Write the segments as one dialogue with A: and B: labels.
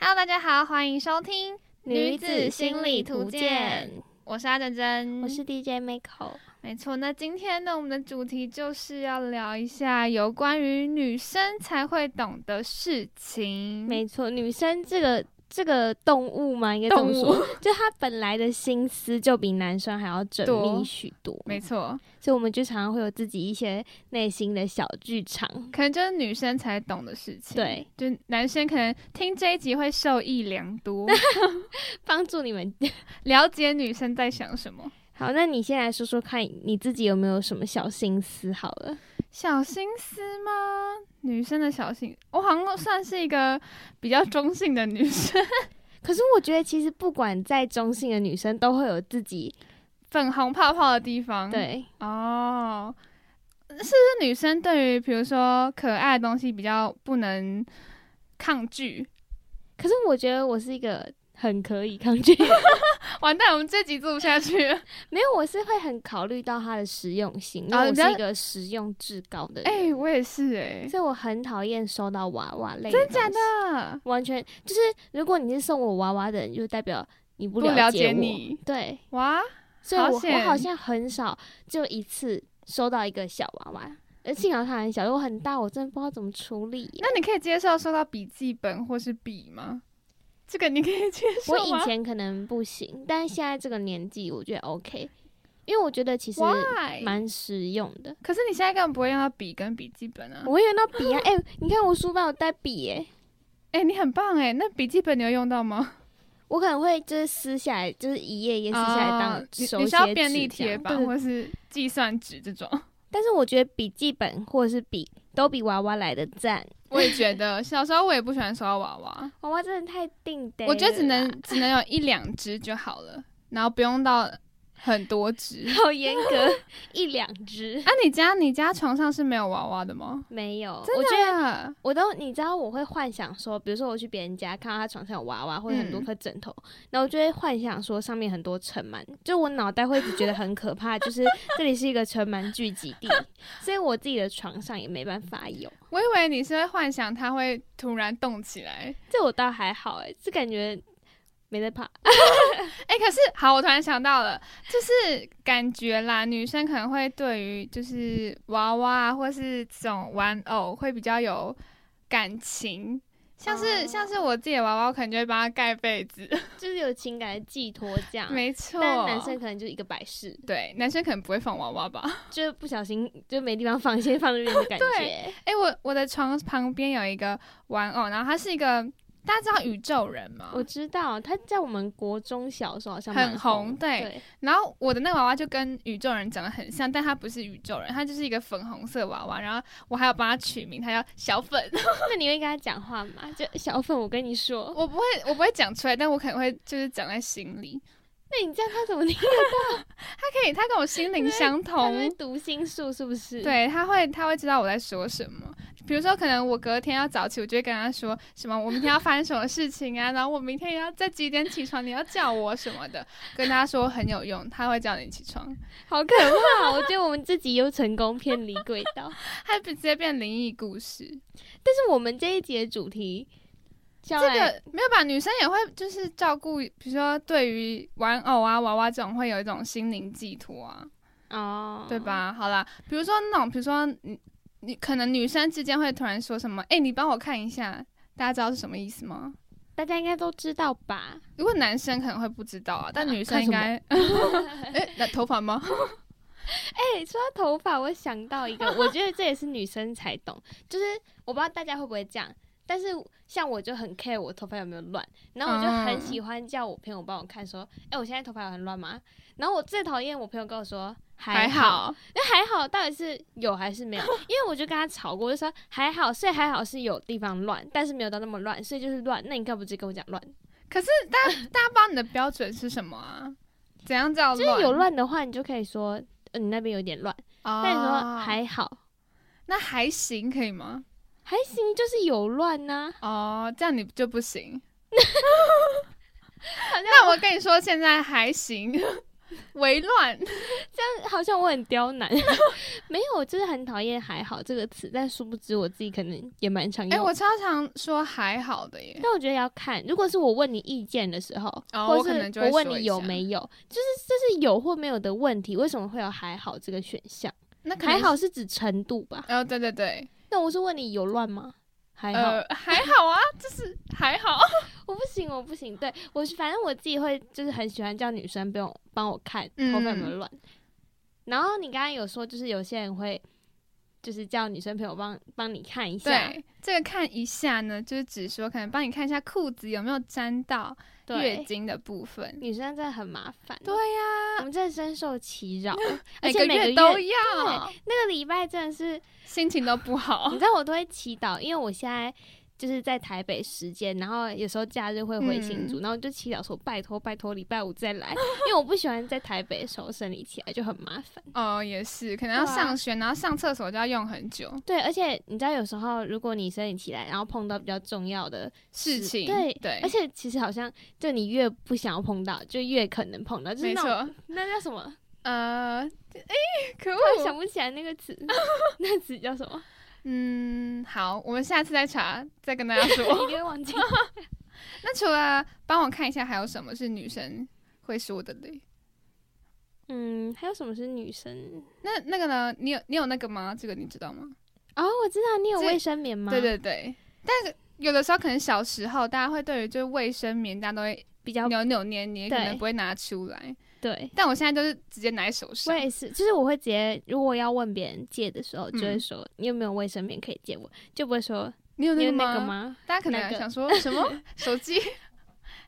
A: 大家好，欢迎收听《
B: 女子心理图鉴》，
A: 我是阿珍珍，
B: 我是 DJ Miko。
A: 没错。那今天呢，我们的主题就是要聊一下有关于女生才会懂的事情。
B: 没错，女生这个这个动物嘛，应该这么说， 就她本来的心思就比男生还要缜
A: 多
B: 密许多。
A: 没，错，
B: 所以我们就常常会有自己一些内心的小剧场。
A: 可能就是女生才懂的事情。，
B: 对，
A: 就男生可能听这一集会受益良多，
B: 帮助你们。
A: 了解女生在想什么。
B: 好，那你先来说说看，你自己有没有什么小心思？好了，
A: 小心思吗？女生的小心，我好像算是一个比较中性的女生，
B: 可是我觉得其实不管再中性的女生，都会有自己
A: 粉红泡泡的地方。，
B: 对
A: 哦，是
B: 嗯
A: 不是女生对于比如说可爱的东西比较不能抗拒？
B: 可是我觉得我是一个很可以抗拒，
A: 完蛋，我们这集做不下去 了。
B: 没有，我是会很考虑到它的实用性，因
A: 哦
B: 为我
A: 你比较
B: 是一个实用至高的人，
A: 哎、我也是哎、
B: 所以我很讨厌收到娃娃类
A: 真
B: 的
A: 假
B: 东西
A: 的？
B: 完全就是，如果你是送我娃娃的人，就代表你不
A: 不了
B: 解
A: 解
B: 我。
A: 你
B: 对，
A: 哇，
B: 所以
A: 好
B: 我我
A: 险
B: 好像很少就一次收到一个小娃娃，而幸好它很小，如果很大，我真的不知道怎么处理耶。
A: 那你可以接受收到笔记本或是笔吗？这个你可以接受
B: 我
A: 吗？
B: 以前可能不行，但是现在这个年纪，我觉得 OK，因为我觉得其实
A: Why？
B: 蛮实用的。
A: 可是你现在根本不会用到笔跟笔记本啊！
B: 我会用到 笔啊，哎、你看我书包有带笔耶、
A: 哎、你很棒哎、那笔记本你有用到吗？
B: 我可能会就是撕下来，就是一页一页撕下来当
A: 啊你
B: 手
A: 你是
B: 写纸这样、
A: 要便利贴吧，
B: 对对
A: 或是计算纸这种？
B: 但是我觉得笔记本或者是笔都比娃娃来的赞，
A: 我也觉得，小时候我也不喜欢收到娃 娃，
B: 娃娃真的太定的。
A: 我觉得只能只能有一两只就好了，然后不用到很多只。
B: 好 严格，一两只
A: 啊，你家你家床上是没有娃娃的吗？
B: 没有。
A: 真
B: 我觉得
A: 的啊？
B: 我都你知道，我会幻想说，比如说我去别人家看到他床上有娃娃或者很多
A: 嗯
B: 颗枕头，然后我就会幻想说上面很多尘螨，就我脑袋会一直觉得很可怕，就是这里是一个尘螨聚集地，所以我自己的床上也没办法有。
A: 我以为你是会幻想它会突然动起来。
B: 这我倒还好哎、这感觉没在怕。
A: 哎、可是好，我突然想到了，就是感觉啦，女生可能会对于就是娃娃啊或是这种玩偶会比较有感情，像是、
B: 哦
A: 像是我自己的娃娃，我可能就会帮它盖被子，
B: 就是有情感的寄托这 样。
A: 没错。
B: 啊但男生可能就是一个摆饰，
A: 对男生可能不会放娃娃吧？
B: 就是不小心就没地方放，先放这边的感觉
A: 对。哎、我我的床旁边有一个玩偶，然后它是一个大家知道宇宙人吗？
B: 我知道他在我们国中小的时候好像
A: 很
B: 蛮
A: 红对
B: 对，
A: 然后我的那个娃娃就跟宇宙人长得很像，但它不是宇宙人，它就是一个粉红色娃娃。然后我还有帮它取名，它叫小粉。
B: 那你会跟他讲话吗？就小粉，我跟你说，
A: 我不会，我不会讲出来，但我可能会就是讲在心里。
B: 那你这样他怎么听？
A: 他可以，他跟我心灵相
B: 他会
A: 通，
B: 读心术是不是？，
A: 对，他会，他会知道我在说什么。比如说，可能我隔天要早起，我就会跟他说什么，我明天要发生什么事情啊，然后我明天要在几点起床，你要叫我什么的，跟他说很有用，他会叫你起床，
B: 好可怕！哦我觉得我们自己又成功偏离轨道。
A: 他直接变灵异故事。
B: 但是我们这一节主题，这
A: 这个没有吧？女生也会就是照顾，比如说对于玩偶啊、娃娃这种，会有一种心灵寄托啊。
B: 哦，
A: 对？吧？好啦，比如说那种，比如说你你可能女生之间会突然说什么，哎、你帮我看一下，大家知道是什么意思吗？
B: 大家应该都知道吧？
A: 如果男生可能会不知道啊，但
B: 啊
A: 女生
B: 看
A: 应该，
B: 什
A: 哎、那头发吗？
B: 哎、说到头发，我想到一个，我觉得这也是女生才懂，就是我不知道大家会不会这样，但是像我就很 care 我头发有没有乱，然后我就
A: 啊
B: 很喜欢叫我朋友帮我看，说，哎、我现在头发有很乱吗？然后我最讨厌我朋友跟我说
A: 还
B: 好，
A: 好，
B: 那还好到底是有还是 没有？因为我就跟他吵过，我就说还好，所以还好是有地方乱，但是没有到那么乱，所以就是乱。那你干嘛不直接跟我讲乱？
A: 可是大家大家不知道你的标准是什么啊？怎样叫
B: 就
A: 乱？
B: 是有乱的话，你就可以说。呃你那边有点乱，
A: 哦，
B: 但你说还好，
A: 那还行可以吗？
B: 还行，就是有乱呐、
A: 哦，这样你就不行。那我跟你说，现在还行，微乱，
B: 好像我很 刁难，没有，我就是很讨厌“还好”这个词，但殊不知我自己可能也蛮常用。
A: 哎、我超常说还好的耶，
B: 但我觉得要看，如果是我问你意见的时候，
A: 哦我
B: 或
A: 可能
B: 是
A: 就会
B: 我问
A: 说一
B: 你有
A: 下
B: 没有，就是这是有或没有的问题，为什么会有“还好”这个选项？
A: 那可能
B: 还好是指程度吧？
A: 哦，对对对，
B: 那我是问你有乱吗？还好，
A: 呃，还好啊，就是还好。
B: 我不行，我不行。对我是反正我自己会就是很喜欢叫女生帮我帮我看
A: 嗯
B: 头发有没有乱。然后你刚刚有说就是有些人会就是叫女生朋友帮帮你看一下，
A: 对，这个看一下呢，就是只说可能帮你看一下裤子有没有沾到月
B: 对，
A: 经的部分。
B: 女生真的很麻烦。
A: 对呀、
B: 我们真的深受其扰，而
A: 每
B: 且
A: 个
B: 啊 每个
A: 月
B: 月
A: 都要，
B: 那个礼拜真的是，
A: 心情都不好
B: 你。知道我都会祈祷，因为我现在就是在台北时间，然后有时候假日会回新竹，然后我就祈祷说拜托拜托礼拜五再 来，因为我不喜欢在台北的时候生理起来就很麻烦。
A: 哦，也是，可能要
B: 对啊
A: 上学，然后上厕所就要用很久。
B: 对，而且你知道有时候如果你生理起来，然后碰到比较重要的
A: 事
B: 是
A: 情，
B: 对
A: 对
B: 而，且其实好像就你越不想要碰到，就越可能碰到，就是
A: 没
B: 那种
A: 错。
B: 那叫什么？
A: 呃，哎，可
B: 我
A: 恶。
B: 想不起来那个词， 那词叫什么？
A: 嗯，好，我们下次再查，再跟大家说。
B: 一定会忘记。
A: 那除了帮我看一下，还有什么是女生会说的嘞？
B: 嗯，还有什么是女生？
A: 那那个呢？你有你有那个吗？这个你知道吗？
B: 哦，我知道你有
A: 这
B: 卫生棉吗？
A: 对，对对，但是有的时候可能小时候大家会对于就是卫生棉，大家都会
B: 比较
A: 扭扭捏捏，可
B: 哦对
A: 能不会拿出来。
B: 对。
A: 但我现在都是直接拿在手
B: 我
A: 上。
B: 也是，就是我会直接，如果要问别人借的时候，就会
A: 嗯
B: 说、你有没有卫生棉可以借我，就不会说
A: 你有那
B: 你有
A: 个
B: 那
A: 吗？
B: 个吗？
A: 大家可能
B: 那个
A: 想 说什么 手机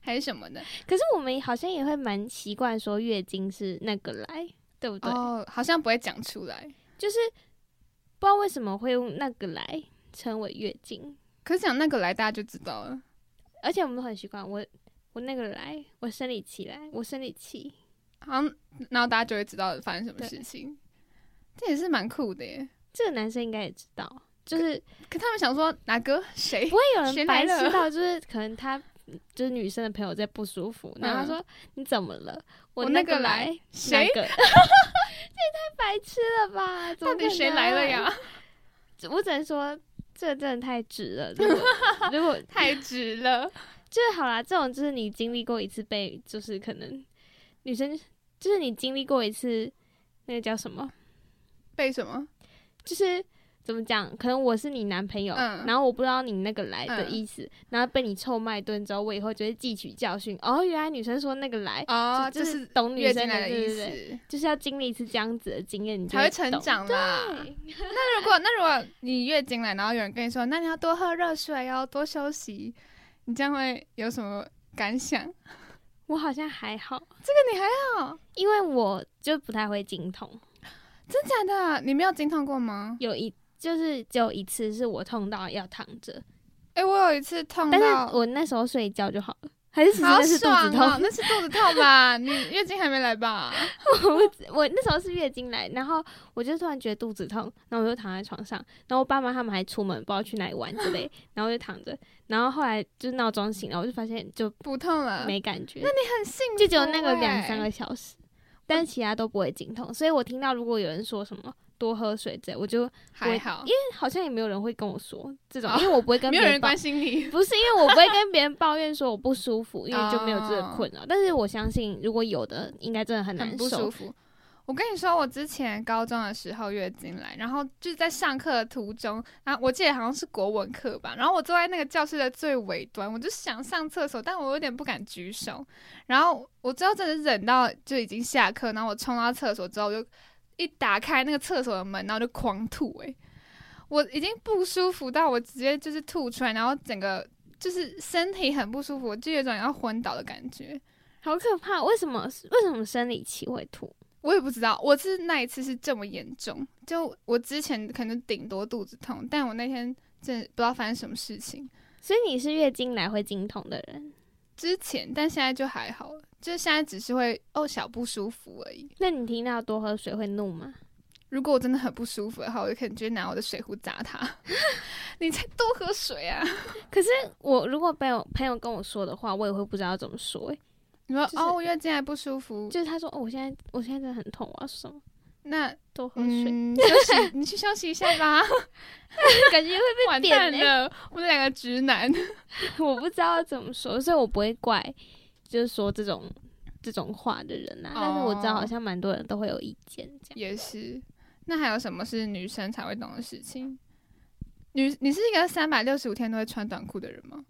A: 还是什么的
B: 可是我们好像也会蛮习惯说月经是那个来，对不对？
A: 哦，好像不会讲出来。
B: 就是不知道为什么会用那个来称为月经，
A: 可是讲那个来，大家就知道了。
B: 而且我们都很习惯我我那个来，我生理期来，我生理期。
A: 好像，然后大家就会知道发生什么
B: 对
A: 事情。这也是蛮酷的耶。
B: 这个男生应该也知道，就是
A: 可他们想说哪个谁
B: 不？会有
A: 谁
B: 人
A: 来
B: 白
A: 了
B: 痴 到，就是可能他就是女生的朋友在不舒服，然后
A: 嗯
B: 他说、你怎么了？
A: 我那
B: 那
A: 个来
B: 来哪
A: 谁
B: 个 这也太白痴了 吧？怎么
A: 到底
B: 可
A: 谁来了
B: 能
A: 呀？？
B: 我只能说这真的太 值了。如果如果
A: 太值 了。
B: 就是好啦，这种就是你经历过一次被，就是可能女生就是你经历过一次那个叫什么，
A: 被什么？
B: 就是。怎么讲？可能我是你男朋友，
A: 嗯
B: 然后我不知道你那个来的
A: 嗯
B: 意思，然后被你臭骂一顿之后，我以后就会汲取教训。哦，原来女生说那个来，
A: 哦，
B: 就
A: 就是
B: 懂女
A: 月
B: 生
A: 经来的
B: 对
A: 意
B: 对对
A: 思，
B: 就是要经历一次这样子的经验，你就
A: 才会
B: 会
A: 成
B: 懂。
A: 长啦。
B: 对
A: 那如果那如果你月经来，然后有人跟你说，那你要多喝热水哦，多休息，你这样会有什么感想？
B: 我好像还好，
A: 这个你还好，
B: 因为我就不太会经痛，
A: 真假的？你没有经痛过吗？
B: 有一就是只有一次是我痛到要躺着，
A: 哎、我有一次痛
B: 但
A: 到
B: 是。我那时候睡觉就好了，还是其实
A: 好
B: 那是肚
A: 爽
B: 子痛。
A: 哦！那是肚子痛吧？你月经还没来吧？
B: 我那时候是月经来，然后我就突然觉得肚子痛，然后我就躺在床上，然后我爸妈他们还出门不知道去哪里玩 之类，然后我就躺着，然后后来就闹钟醒了，我就发现就
A: 不痛了，
B: 没感觉。
A: 很幸福、
B: 就只有那个两三
A: 哎。
B: 个小时，但其他都不会经痛。所以我听到如果有人说什么多喝水这，我就
A: 还好，因
B: 好像也没有人会跟我说这种，
A: 哦
B: 因为我不会跟
A: 没
B: 别
A: 有人
B: 人抱
A: 关，心你。
B: 不是因为我不会跟别人抱怨说我不舒 服，因为就没有这个困扰。但是我相信，如果有的，应该真的很
A: 啊很
B: 难
A: 不舒
B: 受。
A: 服。我跟你说，我之前高中的时候月经来，然后就是在上课的途中，然后我记得好像是国文课吧，然后我坐在那个教室的最尾端，我就想上厕所，但我有点不敢举手，然后我最后真的忍到就已经下课，然后我冲到厕所之后，我就一打开那个厕所的门，然后就狂吐、欸，我已经不舒服到我直接就是吐出来，然后整个就是身体很不舒服，就有种要昏倒的感觉。
B: 好可怕！为什么？为什么生理期会吐？
A: 我也不知道，我是那一次是这么严重，就我之前可能顶多肚子痛，但我那天真的不知道发生什么事情。
B: 所以你是月经来会经痛的人，
A: 之前，但现在就还好，就现在只是会哦小不舒服而已。
B: 那你听到多喝水会怒吗？
A: 如果我真的很不舒服的话，我就可能直接拿我的水壶砸他。 你再多喝水啊！
B: 可是我如果朋友朋友跟我说的话，我也会不知道怎么说、欸
A: 你说、
B: 就是
A: 哦，我月经来不舒服，
B: 就是他说哦，我现在我现在真的很痛，我要什么
A: 那
B: 多喝水，
A: 嗯，休息，你去休息一下吧。
B: 感觉
A: 完
B: 扁欸
A: 蛋了，我们两个直男。
B: 我不知道怎么说，所以我不会怪，就是说这种这种话的人啊。但是我知道
A: 哦
B: 好像蛮多人都会有意见这样。
A: 也是。那还有什么是女生才会懂的事情？女，你是一个三百六十五天都会穿短裤的人吗？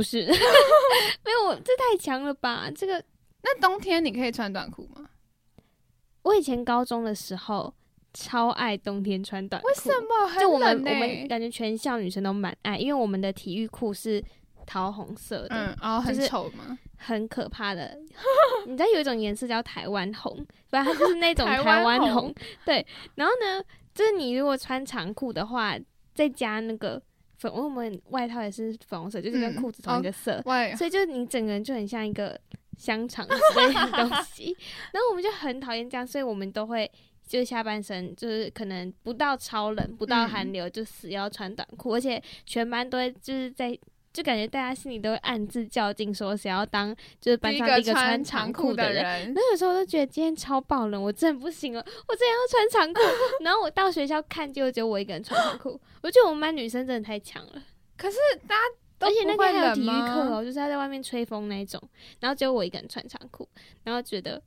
B: 是，没有，我这太强了吧？这个
A: 那冬天你可以穿短裤吗？
B: 我以前高中的时候超爱冬天穿短裤，
A: 为什？么？很
B: 就我们
A: 冷
B: 我们
A: 欸
B: 感觉全校女生都蛮爱，因为我们的体育裤是桃红色的，
A: 嗯，哦，很
B: 就是
A: 丑吗？
B: 很可怕的。 你知道有一种颜色叫台湾红，反正它就是那种
A: 台
B: 台
A: 湾
B: 湾
A: 红
B: 红。对，然后呢，就是你如果穿长裤的话，再加那个粉，因为我们外套也是粉红色，就是跟
A: 嗯
B: 裤子同一个色，
A: 喂，
B: 所以就是你整个人就很像一个香肠之类的东 西。然后我们就很讨厌这样，所以我们都会。就是下半身，就是可能不到超冷，不到寒流，就死要穿短裤，而且全班都会就是在，就感觉大家心里都会暗自较劲，说谁要当就是班
A: 第一
B: 上第
A: 个
B: 一个穿
A: 穿长
B: 裤
A: 裤的
B: 人。
A: 人，
B: 那有时候我都觉得今天超爆冷，我真的不行了，我真的要穿长裤。然后我到学校看，就只有我一个人穿长裤。我觉得我们班女生真的太强了。
A: 可是大家都
B: 而且那
A: 不会
B: 天还
A: 冷
B: 有体育
A: 吗
B: 课哦，就是要在外面吹风那一种，然后只有我一个人穿长裤，然后觉得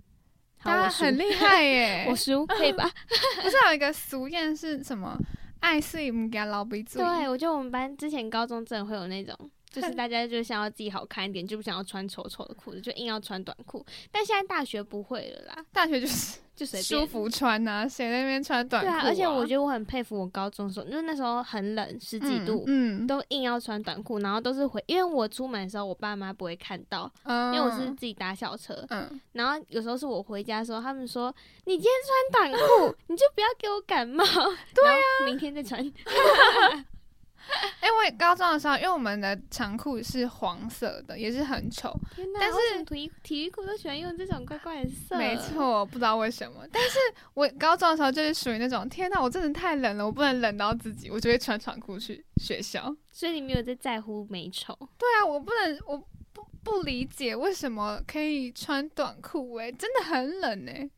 B: 好
A: 大
B: 我
A: 家
B: 输
A: 很厉 害耶
B: 我！输可以 吧？
A: 不是有一个俗谚是什么？爱睡不给老鼻子。
B: 对，我觉得我们班之前高中真的会有那种，就是大家就想要自己好看一点，就不想要穿丑丑的裤子，就硬要穿短裤。但现在大学不会了啦，
A: 大学就是
B: 就随便
A: 舒。服穿呐、谁在那边穿短
B: 对
A: 裤、
B: 啊，而且我觉
A: 得
B: 得我很佩服我高中的时候，因为那时候很冷，十几度。
A: 嗯，嗯
B: 都硬要穿短裤，然后都是回，因为我出门的时候，我爸妈不会看到，因为我是自己搭校车，
A: 嗯，
B: 然后有时候是我回家的时候，他们说你今天穿短裤，你就不要给我感冒。 对啊，明天再穿。
A: 哎、我高中的时候，因为我们的长裤是黄色的，也是很丑，
B: 天哪！
A: 但是
B: 为什么体育体育裤都喜欢用这种怪怪的色，
A: 没。错，不知道为什么。但是我高中的时候就是属于那种，天哪，我真的太冷了，我不能冷到自己，我就会穿长裤去学校。
B: 所以你没有在在乎美丑，
A: 对啊，我不能，我不不理解为什么可以穿短裤、欸，真的很冷哎、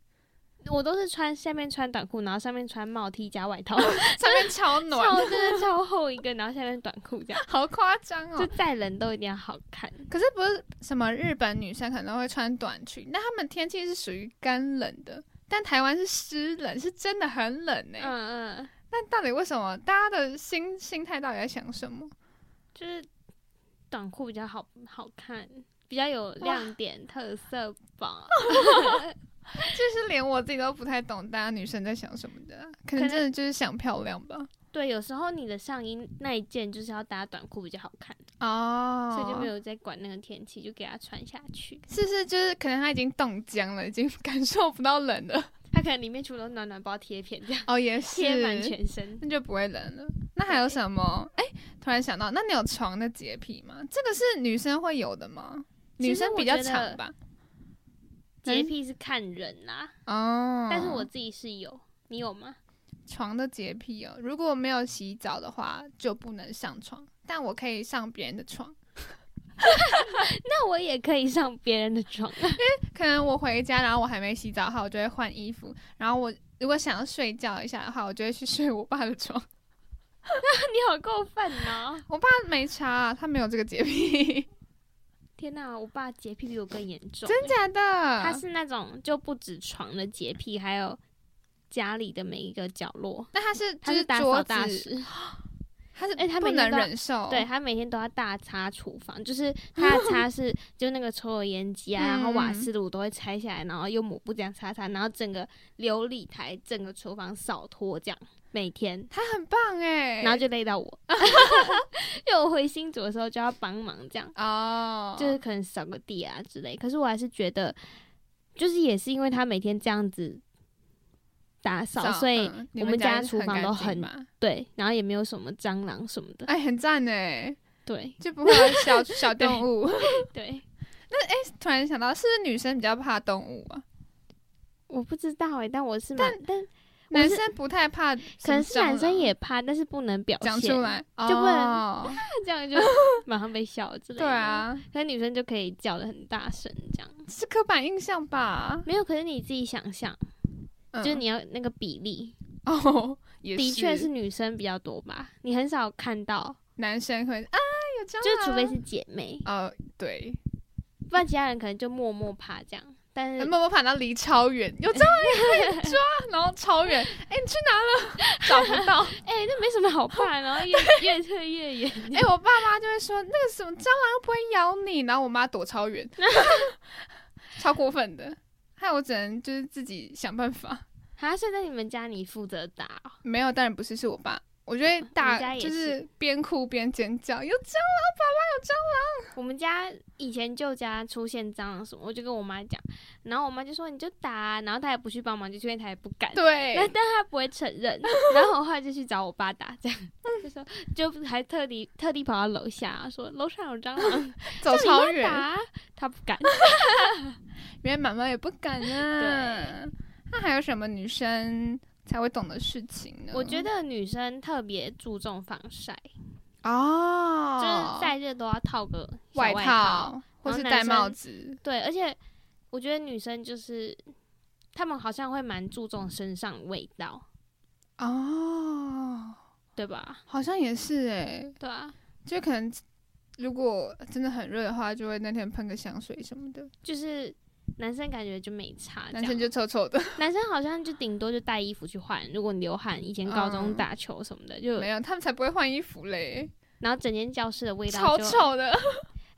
B: 我都是穿下面穿短裤，然后上面穿帽 T 加 外套，
A: 上面 超暖，
B: 超真的超厚一个，然后下面短裤 这样，
A: 好夸张
B: 就
A: 哦。
B: 再冷都一定要好看。
A: 可是不是什么日本女生可能会穿短裙，那她们天气是属于干冷的，但台湾是湿冷，是真的很冷哎、
B: 嗯嗯，
A: 那到底为什么大家的心心态到底在想什么？
B: 就是短裤比较好好看，比较有亮点特色吧。
A: 就是连我自己都不太懂，大家女生在想什么的啊，可能
B: 可能
A: 真的就是想漂亮吧。
B: 对，有时候你的上衣那一件就是要搭短裤比较好看，
A: 哦，
B: 所以就没有在管那个天气，就给它穿下去。
A: 是不是就是可能她已经冻僵了，已经感受不到冷了。
B: 它可能里面全部都暖暖包贴片这样，
A: 哦，也是
B: 贴满全身。
A: 那就不会冷了。那还有什么？哎、突然想到，那你有床的洁癖吗？这个是女生会有的吗？
B: 其实
A: 女生比较
B: 我觉得
A: 长吧。
B: 洁癖是看人啦、
A: 嗯哦，
B: 但是我自己是有，你有吗？
A: 床的洁癖哦，如果没有洗澡的话就不能上床，但我可以上别人的床。
B: 那我也可以上别人的床，啊
A: 可能我回家，然后我还没洗澡的话，我就会换衣服。然后我如果想要睡觉一下的话，我就会去睡我爸的床。
B: 你好过分哦！
A: 我爸没查、他没有这个洁癖，
B: 天哪、我爸洁癖比我更严重欸，
A: 真假的？ 啊
B: 他是那种就不止床的洁癖，还有家里的每一个角落，
A: 那他是就
B: 他
A: 是是
B: 打
A: 桌
B: 扫
A: 子，
B: 大师。
A: 他是
B: 哎他
A: 不
B: 每
A: 能
B: 天都要
A: 忍受，
B: 对，他每天都要大擦厨房，就是他的擦是就那个抽油烟机啊，然后瓦
A: 嗯
B: 斯炉都会拆下来，然后用抹布这样擦擦，然后整个琉璃台、整个厨房扫拖这样，每天，
A: 他很棒哎。
B: 然后就累到我，因为我回新组的时候就要帮忙这样，
A: 哦，
B: 就是可能扫个地啊之类，可是我还是觉得，就是也是因为他每天这样子打扫，所以
A: 嗯
B: 我
A: 你
B: 们家
A: 是
B: 厨房都
A: 干净
B: 很
A: 吧
B: 对，然后也没有什么蟑螂什么的，
A: 哎，很赞哎，
B: 对
A: 就不会有 小小
B: 对
A: 动物。
B: 对。
A: 突然想到，是不是女生比较怕动物啊？
B: 我不知道哎、但我是蛮，但我
A: 男
B: 是
A: 生不太怕，
B: 可能是男生也怕，但是不能表现，
A: 讲出，来，
B: 就不能 啊
A: 哦
B: 这 样就马上被笑之类的。
A: 对，啊，
B: 可是女生就可以叫的很大声，这样
A: 是刻板印象吧？
B: 没有。可是你自己想象，
A: 嗯
B: 就是你要那个比例，
A: 哦，也
B: 的确是女生比较多吧，你很少看到，
A: 男生会啊，有蟑
B: 就
A: 螂，
B: 除非是姐妹，
A: 呃，对，
B: 不然其他人可能就默默怕这样。但是
A: 默默跑到离超远，有蟑螂也可以抓，然后超 远，哎、你去哪了？找不 到。
B: 哎、那没什么 好怕，然后越越退越远。
A: 哎、我爸妈就会说那个什么蟑螂又不会咬你，然后我妈躲超 远， 超过分的，害我只能就是自己想办法。
B: 啊，所以在你们家你负责打哦、
A: 没有，当然不是，是我爸。我觉得
B: 嗯我们家
A: 大
B: 也
A: 就是是边哭边尖叫，有蟑
B: 我们家以前旧家出现蟑螂什么，我就跟我妈讲，然后我妈就说你就打啊、然后她也不去帮忙，就因为她也不敢。
A: 对
B: 但，但她不会承认， 然后我后来就去找我爸打，这样就说就还特地特地跑到楼下说楼上有蟑螂，
A: 走
B: 叫你
A: 超
B: 妈打
A: 远，嗯
B: 啊，她不敢。
A: 原来妈妈也不 敢啊。那还有什么女生才会懂的事情呢？
B: 我觉得女生特别注重防晒，
A: 哦，
B: 就是再热都要套个小
A: 外
B: 套，
A: 套或
B: 然后
A: 是
B: 男
A: 戴
B: 生
A: 帽子，
B: 对，而且我觉得女生就是她们好像会蛮注重身上味道，
A: 哦，
B: 对吧？
A: 好像也是哎、
B: 对啊，
A: 就可能如果真的很热的话，就会那天喷个香水什么的，
B: 就是男生感觉就没啊差这样，
A: 男生就臭臭的，
B: 男生好像就顶多就带衣服去换，如果你流汗，以前高中
A: 嗯
B: 打球什么的，就
A: 没有，他们才不会换衣服嘞，
B: 然后整间教室的味道
A: 超
B: 就，
A: 臭的，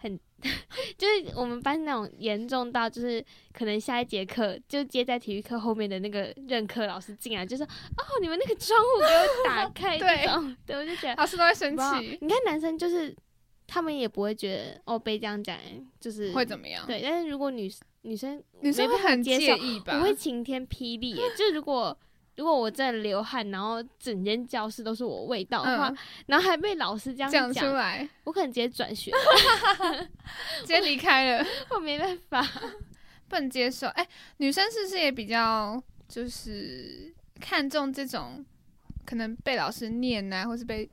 B: 就是我们班那种严重到就是可能下一节课就接在体育课后面的那个任课老师进来就说：“哦，你们那个窗户给我打 开。”
A: 对
B: 这种，对，我就觉得
A: 老师都会生
B: 哇
A: 气，
B: 你看男生就是他们也不会觉得哦被这样讲就是
A: 会怎么样？
B: 对，但是如果女女生
A: 女生会
B: 没办法
A: 很
B: 接
A: 介
B: 受
A: 意吧
B: 我？会晴天霹雳耶，就是如果。如果我真的流汗，然后整间教室都是我味道的话，
A: 嗯，
B: 然后还被老师这样
A: 讲
B: 讲，
A: 出来，
B: 我可能直接 转学了，
A: 直接离开了，
B: 我没办法。
A: 不能接受。哎，女生是不是也比较就是看重这种可能被老师念啊，或是被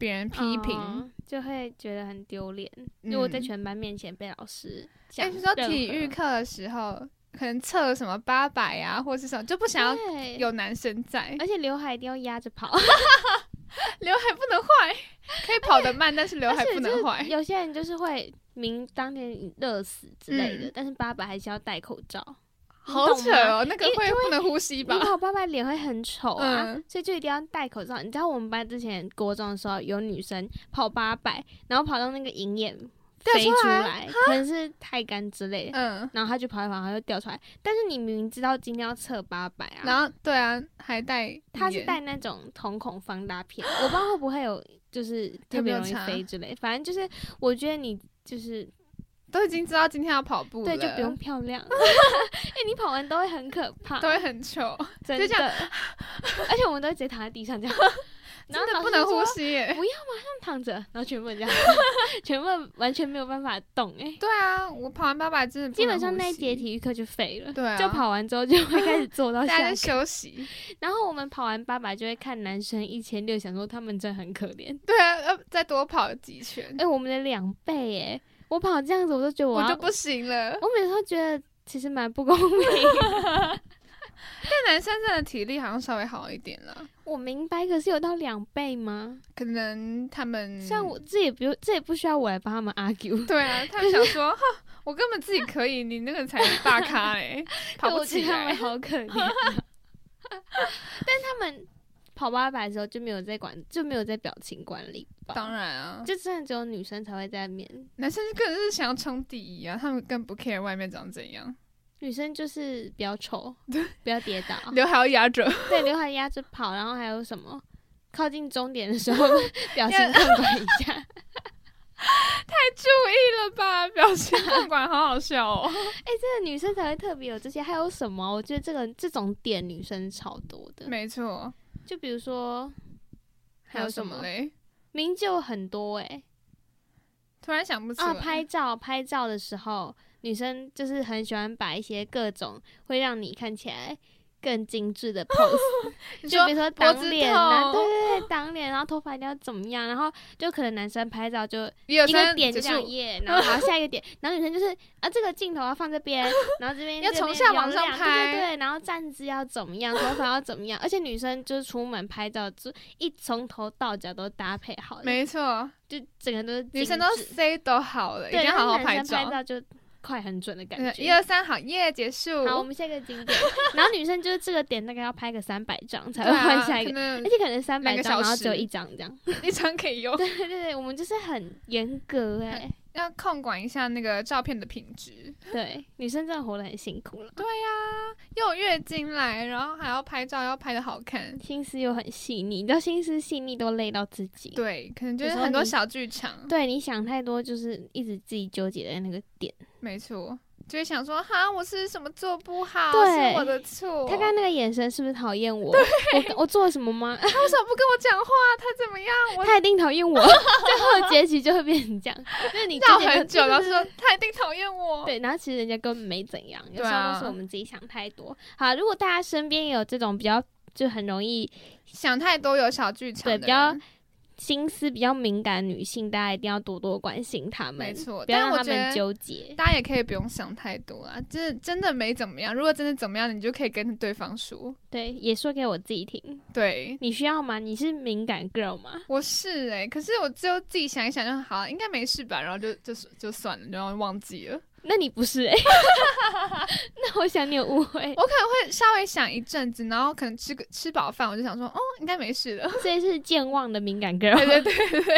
A: 别人批评？
B: 嗯就会觉得很丢脸，
A: 哦嗯
B: 如果在全班面前被老师
A: 哎、
B: 讲
A: 你
B: 任
A: 说
B: 何，
A: 体育课的时候，可能测什么八百啊，或是什么，就不想要
B: 对，
A: 有男生在，
B: 而且刘海一定要压着跑。
A: 刘海不能坏，可以跑得慢，但是 刘海
B: 而且
A: 不
B: 就是
A: 能坏。
B: 有些人就是会明当天热死之类的，
A: 嗯
B: 但是爸爸还是要戴口罩，
A: 好
B: 懂
A: 扯
B: 吗
A: 哦，那个
B: 因
A: 会不能呼吸吧
B: 如？果爸爸脸会很丑啊，
A: 嗯
B: 所以就一定要戴口罩。你知道我们班之前国中的时候，有女生跑八百，然后跑到那个银眼
A: 掉
B: 飞
A: 出
B: 出
A: 来
B: 来，可能是太干之类的，
A: 嗯，
B: 然后她就跑一跑，然后又掉出来。但是你明明知道今天要测八百啊，
A: 然后对啊，还戴
B: 她是
A: 眼
B: 戴那种瞳孔放大片，我不知道会不会有就是特别容易
A: 有没有差
B: 飞之类，反正就是我觉得你就是
A: 都已经知道今天要跑步了，
B: 对，就不用漂 亮。哎、你跑完都会很可怕，
A: 都会很糗，
B: 真
A: 就这
B: 的。而且我们都会直接躺在地上这样， 然
A: 真的不
B: 后老师
A: 能
B: 就
A: 呼
B: 说哦
A: 吸耶。
B: 躺着，然后全部人这样，全部人完全没有办法动、哎，
A: 对啊，我跑完八百真的不
B: 基
A: 能
B: 本上
A: 呼
B: 那一
A: 吸
B: 节体育课就废了。
A: 对啊，
B: 就跑完之后就会开始做到
A: 大家
B: 下
A: 在
B: 课，
A: 休息。
B: 然后我们跑完八百就会看男生一千六，想说他们真的很可怜。
A: 对啊，要再多跑几圈
B: 哎、，我们的两倍哎、我跑这样子我都觉得我
A: 呃我
B: 要
A: 就不行了。
B: 我每次都觉得其实蛮不公平 的。
A: 但男生真的体力好像稍微好一点了，
B: 我明白，可是有到两倍吗？
A: 可能他们
B: 像我这也不用，这也不需要我来帮他们 argue。
A: 对啊，他们想说， 哼我根本自己可以，你那个才大咖 哎、 跑不
B: 我觉
A: 起
B: 得他们
A: 来。
B: 好可怜。啊 但他们跑八百的时候就没有在管，就没有在表情管理吧？
A: 当，然啊，
B: 就真的只有女生才会在面，
A: 男生更是想要冲第一啊，他们更不 care 外面长怎样，
B: 女生就是比 较丑，不要跌倒，
A: 刘海要压着，
B: 对，刘海压着跑，然后还有什么？靠近终点的时候， 表情控管一下。
A: 注意了吧，表情控管好好笑哦。
B: 这个女生才会特别有这些。还有什么？我觉得这个这种点女生超多 的。
A: 没错，
B: 就比如说，
A: 还
B: 还有
A: 有
B: 什
A: 什
B: 么
A: 么嘞？
B: 明就很多哎、
A: 突然想不起来。
B: 啊，拍照拍照的时候，女生就是很喜欢把一些各种会让你看起来更精 致的 pose，
A: 你
B: 就
A: 说
B: 比如说
A: 脖
B: 挡
A: 子
B: 脸
A: 痛
B: 啊，对对对，挡脸，然后头发一定要怎么样，然后就可能男生拍照就
A: 一二
B: 一个
A: 三
B: 点
A: 结
B: 就这样
A: 束，
B: 耶，然后好下一个点，然后女生就是啊这个镜头要放这边，然后这边
A: 要
B: 这
A: 从
B: 边
A: 下往
B: 有
A: 上
B: 两
A: 拍
B: 对对对，然后站姿要怎么样，头发要怎么样，而且女生就是出门拍照就一从头到脚都搭配好了，
A: 没错，
B: 就整个都是
A: 女生
B: 精
A: 都
B: 致
A: say 都好了，一
B: 对，
A: 定要
B: 但是
A: 好好
B: 男
A: 拍
B: 生
A: 照。
B: 照就快很准的感
A: 嗯
B: 觉。
A: 一二三，好耶，结束。
B: 好，我们下一个景点，然后女生就是这个点大概要拍个三百张才
A: 对
B: 会换
A: 啊，
B: 下一个，
A: 可能
B: 而且可能三百
A: 个
B: 张，
A: 小
B: 然后只有
A: 时
B: 一张这样。
A: 一张可以用，
B: 对对对，我们就是很严格哎、
A: 要控管一下那个照片的品质。
B: 对，女生真的活得很辛苦了，
A: 又有月经来，然后还要拍照，要拍的好看。
B: 心思又很细腻，你知道心思细腻都累到自己。
A: 对，可能就
B: 有
A: 是
B: 时候
A: 很多
B: 你
A: 小剧场。
B: 对，你想太多，就是一直自己纠结在那个点。
A: 没错，就会想说哈，我是什么做不好，
B: 对
A: 是我的错。
B: 他刚刚那个眼神是不是讨厌我？我我做了什么吗？
A: 他为什么不跟我讲话？他怎么样？我
B: 他一定讨厌我， 最后结局就会变成这样。就是你
A: 绕
B: 纠结
A: 很久，然后
B: 对
A: 说他一定讨厌我。
B: 嗯对，然后其实人家根本没怎样，有
A: 对
B: 时候
A: 啊
B: 都是我们自己想太多。好，如果大家身边也有这种比较就很容易
A: 想太多有小剧场
B: 对
A: 的
B: 比较
A: 人
B: 心思比较敏感的女性，大家一定要多多关心她
A: 没
B: 们，
A: 错，
B: 不要
A: 但
B: 让
A: 我
B: 她
A: 觉
B: 们
A: 得。
B: 纠结。
A: 大家也可以不用想太多啊，真的真的没怎么样。如果真的怎么样，你就可以跟对方说。
B: 对，也说给我自己听，
A: 对，
B: 你需要吗？你是敏感 girl 吗？
A: 我是哎、可是我只有自己想一想就好，应该没事吧，然后就就就算了，然后忘记了。
B: 那你 不是哎、那我想你有误会，
A: 我可能会稍微想一阵子，然后可能吃个吃饱饭，我就想说，哦，应该没事了。
B: 所以是健忘的敏感 girl。
A: 对对对对 对。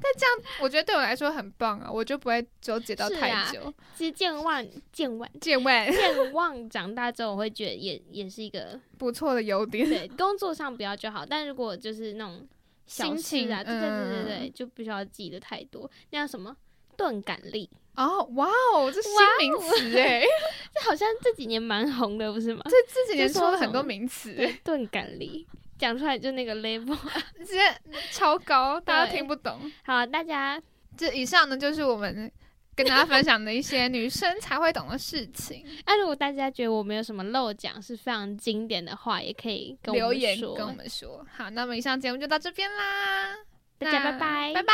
A: 但这样我觉得对我来说很棒啊，我就不会纠结到
B: 是
A: 太
B: 啊
A: 久。
B: 其实健忘、健忘、
A: 健忘
B: 健忘，长大之后我会觉得也也是一个
A: 不错的优点，
B: 对工作上不要就好，但如果就是那种小
A: 心
B: 事
A: 情
B: 啊，对对对对对，
A: 嗯
B: 就不需要记得太多。那叫什么钝感力？
A: 哦，哇哦，这新名词哎、
B: 这好像这几年蛮红的，不是吗？
A: 这这几年
B: 就
A: 出
B: 说
A: 了
B: 什
A: 很多
B: 么
A: 名词、
B: 对钝感力讲出来就那个 level。
A: 直接超高，大家
B: 对
A: 听不懂。
B: 好，大家
A: 这以上呢，就是我们跟大家分享的一些女生才会懂的事情，
B: 那、如果大家觉得我们有什么漏讲是非常经典的话，也可以跟我
A: 留
B: 们
A: 言
B: 说。
A: 跟我们说。好，那么以上节目就到这边啦，
B: 大家
A: 那
B: 拜拜，
A: 拜拜。